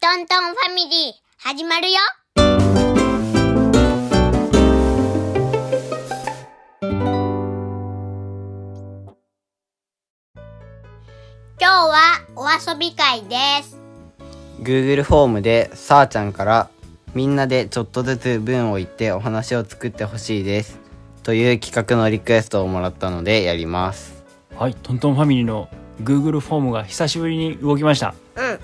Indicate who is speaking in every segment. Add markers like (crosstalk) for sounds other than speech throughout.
Speaker 1: トントンファミリー、始まるよ今日はお遊び会です。
Speaker 2: Google フォームでさあちゃんからみんなでちょっとずつ文を言ってお話を作ってほしいですという企画のリクエストをもらったのでやります
Speaker 3: はい、トントンファミリーの Google フォームが久しぶりに動きました。
Speaker 1: うん、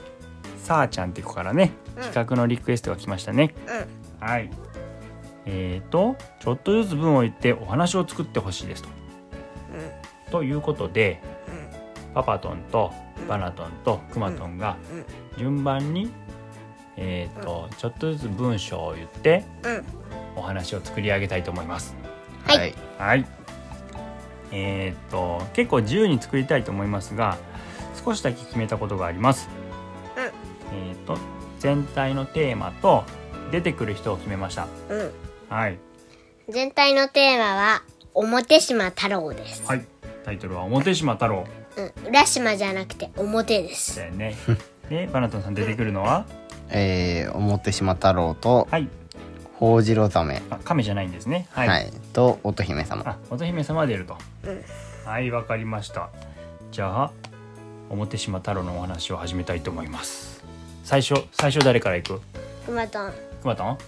Speaker 3: さあちゃんって子からね、
Speaker 1: うん
Speaker 3: 企画のリクエストが来ましたね。
Speaker 1: う
Speaker 3: はい。えーと、ちょっとずつ文を言ってお話を作ってほしいですと。ということで、パパトンとバナトンとクマトンが順番に、えーと、ちょっとずつ文章を言って
Speaker 1: ん、うん。
Speaker 3: お話を作り上げたいと思います。
Speaker 1: はい
Speaker 3: はい。えーっと結構自由に作りたいと思いますが、少しだけ決めたことがあります。
Speaker 1: うん
Speaker 3: えーっと全体のテーマと出てくる人を決めました。
Speaker 1: うん。
Speaker 3: はい。
Speaker 1: 全体のテーマは、表島太郎です。
Speaker 3: はい。タイトルは表島太郎
Speaker 1: うん、浦島じゃなくて表です。
Speaker 3: だよね。でバナトンさん出てくるのは
Speaker 2: えー、表島太郎と
Speaker 3: はい。
Speaker 2: ホウジロザメ
Speaker 3: あ亀じゃないんですね。は。
Speaker 2: はいい、と乙姫様
Speaker 3: あ乙姫様は出ると。
Speaker 1: うん
Speaker 3: はいわかりました。じゃあ表島太郎のお話を始めたいと思います。最初最初誰から行く？
Speaker 1: くまとん。
Speaker 3: くまとん、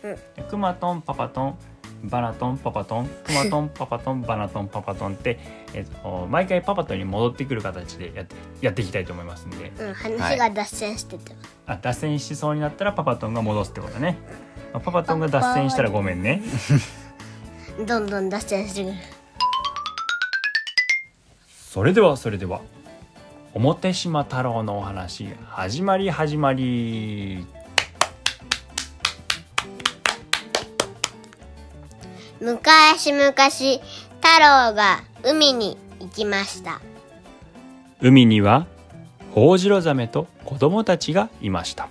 Speaker 3: くまとんパパとんバナトンパパトンくまとんパパトンバナトンパパトンって、えっと、毎回パパトンに戻ってくる形でやってやっていきたいと思いますんで
Speaker 1: うん、話が脱線してて。
Speaker 3: あ脱線しそうになったらパパトンが戻すってことね、まあパパトンが脱線したらごめんね
Speaker 1: どんどん脱線してくる。
Speaker 3: それではそれでは表島太郎のお話始まり始まり
Speaker 1: 昔々太郎が海に行きました
Speaker 3: 海にはホオジロザメと子供たちがいました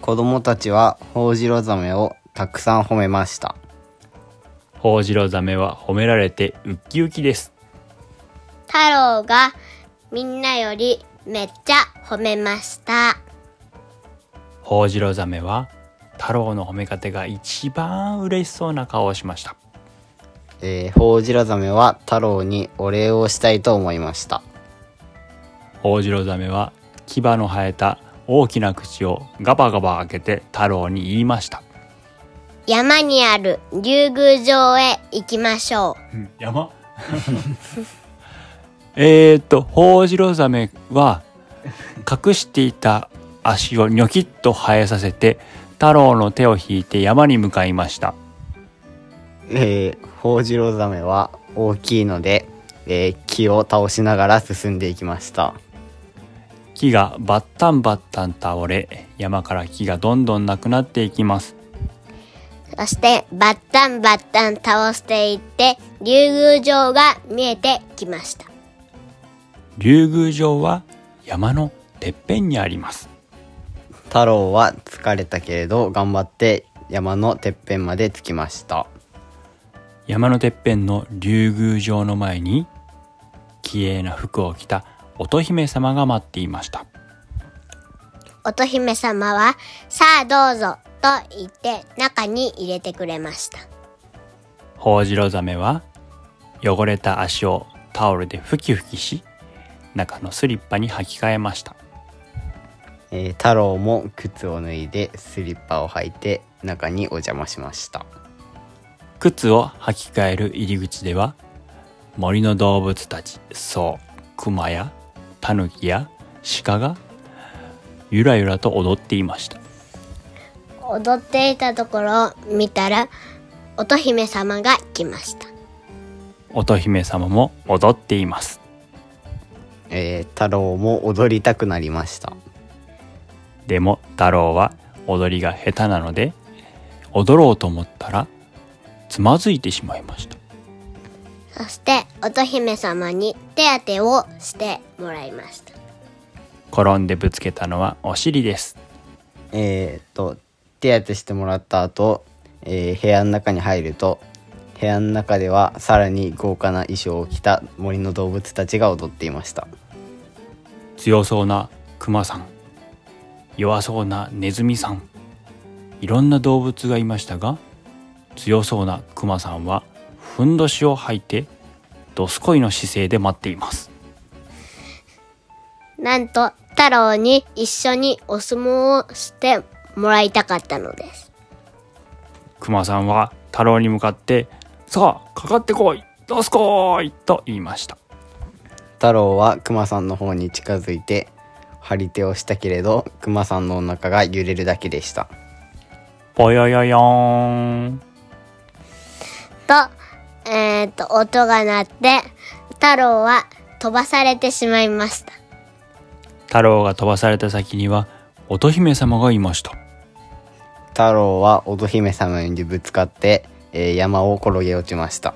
Speaker 2: 子供たちはホウジロザメをたくさん褒めました
Speaker 3: ホオジロザメは褒められてウッキウキです
Speaker 1: 太郎がみんなよりめっちゃ褒めました
Speaker 3: ホウジロザメは太郎の褒め方が一番嬉しそうな顔をしました
Speaker 2: えー、ホウジロザメは太郎にお礼をしたいと思いました
Speaker 3: ホウジロザメは牙の生えた大きな口をガバガバ開けて太郎に言いました、
Speaker 1: 山にある竜宮城へ行きましょ
Speaker 3: 山 (laughs) えーっとホウジロザメは隠していた足をニョキッと生えさせて太郎の手を引いて山に向かいました
Speaker 2: えー、ホウジロザメは大きいので、えー木を倒しながら進んでいきました
Speaker 3: 木がバッタンバッタン倒れ山から木がどんどんなくなっていきます
Speaker 1: うそしてバッタンバッタン倒していって竜宮城が見えてきました
Speaker 3: 竜宮城は山のてっぺんにあります
Speaker 2: 太郎は疲れたけれど頑張って山のてっぺんまで着きました
Speaker 3: 山のてっぺんの竜宮城の前に綺麗な服を着た乙姫様が待っていました
Speaker 1: 乙姫様はさあどうぞと言って中に入れてくれました
Speaker 3: ホウジロザメは汚れた足をタオルでふきふきし中のスリッパに履き替えました
Speaker 2: えー太郎も靴を脱いでスリッパを履いて中にお邪魔しました
Speaker 3: 靴を履き替える入り口では森の動物たちそうクマやタヌキや鹿がゆらゆらと踊っていました
Speaker 1: 踊っていたところを見たら乙姫様が来ました
Speaker 3: 乙姫様も踊っています
Speaker 2: えー太郎も踊りたくなりました
Speaker 3: でも太郎は踊りが下手なので踊ろうと思ったらつまずいてしまいました
Speaker 1: そして乙姫様に手当てをしてもらいました
Speaker 3: 転んでぶつけたのはお尻です
Speaker 2: えーっと手当てしてもらった後、えー部屋の中に入ると部屋の中ではさらに豪華な衣装を着た森の動物たちが踊っていました
Speaker 3: 強そうなクマさん弱そうなネズミさんいろんな動物がいましたが強そうなクマさんはふんどしを履いてどすこいの姿勢で待っています
Speaker 1: なんと太郎に一緒にお相撲をしてもらいたかったのです
Speaker 3: クマさんは太郎に向かって「さあかかってこいどすこい!」と言いました
Speaker 2: 太郎はクマさんの方に近づいて張り手をしたけれどクマさんのお腹が揺れるだけでした
Speaker 3: ぽよよよーん
Speaker 1: と,、えー、と音が鳴って太郎は飛ばされてしまいました
Speaker 3: 太郎が飛ばされた先には乙姫様がいました
Speaker 2: 太郎は乙姫様にぶつかって、えー山を転げ落ちました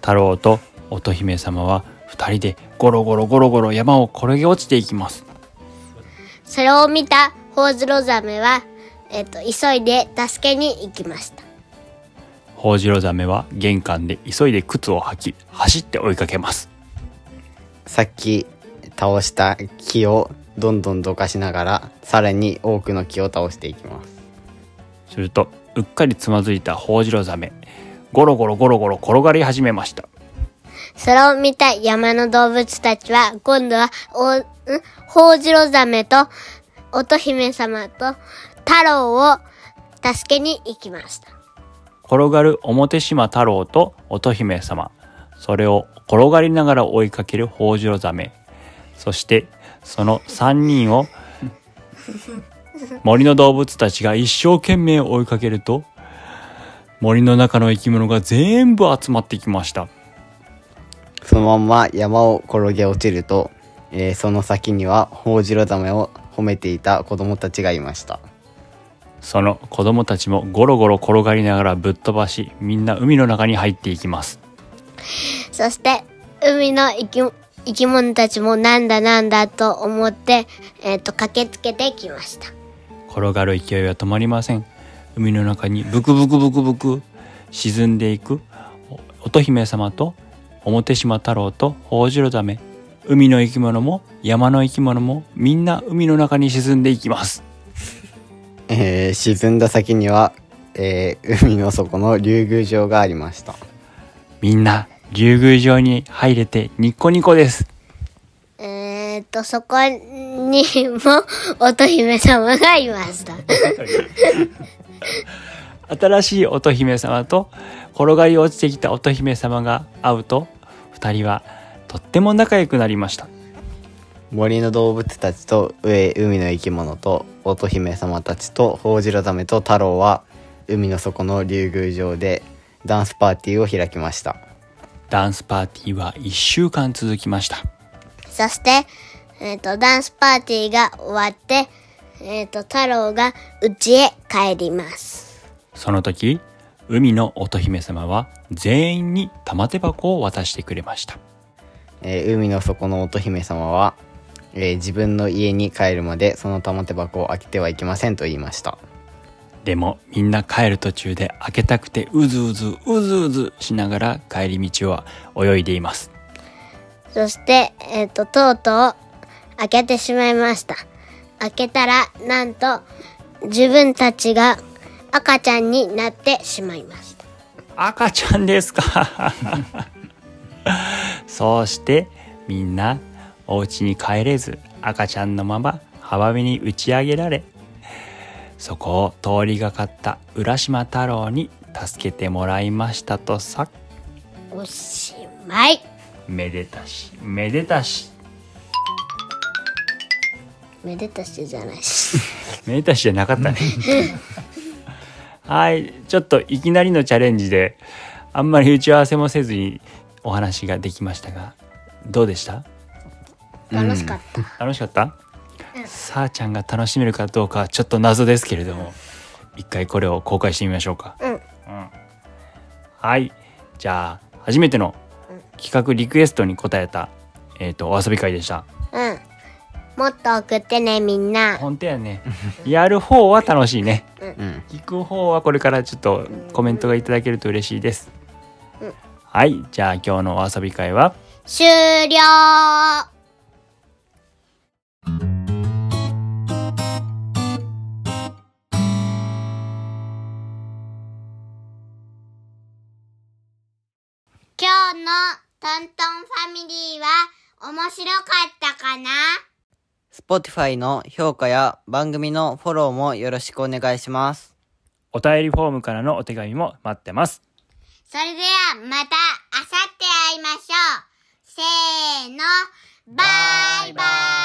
Speaker 3: 太郎と乙姫様は2人でゴロゴロゴロゴロ山を転げ落ちていきます
Speaker 1: それを見たホウズロザメは、えー、と急いで助けに行きました
Speaker 3: ホウジロザメは玄関で急いで靴を履き走って追いかけます
Speaker 2: さっき倒した木をどんどんどかしながらさらに多くの木を倒していきます
Speaker 3: するとうっかりつまずいたホウジロザメゴロゴロゴロゴロ転がり始めました
Speaker 1: それを見た山の動物たちは、今度は、お、んホウジロザメと、乙姫様と、太郎を助けに行きました。
Speaker 3: 転がる表島太郎と乙姫様それを転がりながら追いかけるホウジロザメそしてその3人を森の動物たちが一生懸命追いかけると森の中の生き物が全部集まってきました
Speaker 2: そのまんま山を転げ落ちると、えーその先にはホウジロザメを褒めていた子供たちがいました
Speaker 3: その子供たちもゴロゴロ転がりながらぶっ飛ばしみんな海の中に入っていきます
Speaker 1: そして、海の生き、生き物たちもなんだなんだと思って、えっ、と、駆けつけてきました。
Speaker 3: 転がる勢いは止まりません海の中にブクブクブクブク沈んでいくお乙姫様と表島太郎とホウジロザメ海の生き物も山の生き物もみんな海の中に沈んでいきます
Speaker 2: えー沈んだ先には、えー海の底の竜宮城がありました
Speaker 3: みんな竜宮城に入れてニッコニコです
Speaker 1: えっ、と、そこにも、乙姫様がいました。
Speaker 3: 新しい乙姫様と転がり落ちてきた乙姫様が会うと二人はとっても仲良くなりました
Speaker 2: 森の動物たちと、えー海の生き物と乙姫様たちとホウジロザメと太郎は海の底の竜宮城でダンスパーティーを開きました
Speaker 3: ダンスパーティーは1週間続きました
Speaker 1: そして、えっ、と、ダンスパーティーが終わって、えっ、と、太郎が家へ帰ります。
Speaker 3: その時海の乙姫様は全員に玉手箱を渡してくれました
Speaker 2: えー海の底の乙姫様は、えー自分の家に帰るまでその玉手箱を開けてはいけませんと言いました
Speaker 3: でもみんな帰る途中で開けたくてうずうずうずうずしながら帰り道は泳いでいます
Speaker 1: そして、えっ、と、とうとう開けてしまいました。開けたら、なんと、自分たちが赤ちゃんになってしまいました。
Speaker 3: 赤ちゃんですか (laughs) そうしてみんなお家に帰れず赤ちゃんのまま浜辺に打ち上げられそこを通りがかった浦島太郎に助けてもらいましたとさ
Speaker 1: おしまい。
Speaker 3: めでたしめでたし
Speaker 1: めでたしじゃないし。
Speaker 3: めでたしじゃなかったねはいちょっといきなりのチャレンジであんまり打ち合わせもせずにお話ができましたがどうでした
Speaker 1: 楽しか
Speaker 3: (laughs)
Speaker 1: った。
Speaker 3: 楽しかった、さあちゃんが楽しめるかどうかはちょっと謎ですけれども一回これを公開してみましょうか、
Speaker 1: うん
Speaker 3: はいじゃあ初めての企画リクエストに答えた、えー、とお遊び会でした
Speaker 1: うん。もっと送ってね、みんな。
Speaker 3: 本当やね (laughs) やる方は楽しいね
Speaker 2: うん
Speaker 3: 聞く方はこれからちょっとコメントがいただけると嬉しいです、はいじゃあ今日のお遊び会は
Speaker 1: 終了トントンファミリーは面白かったかな
Speaker 2: Spotify の評価や番組のフォローもよろしくお願いします。
Speaker 3: お便りフォームからのお手紙も待ってます
Speaker 1: それではまたあさって会いましょう。せーの、バイバイ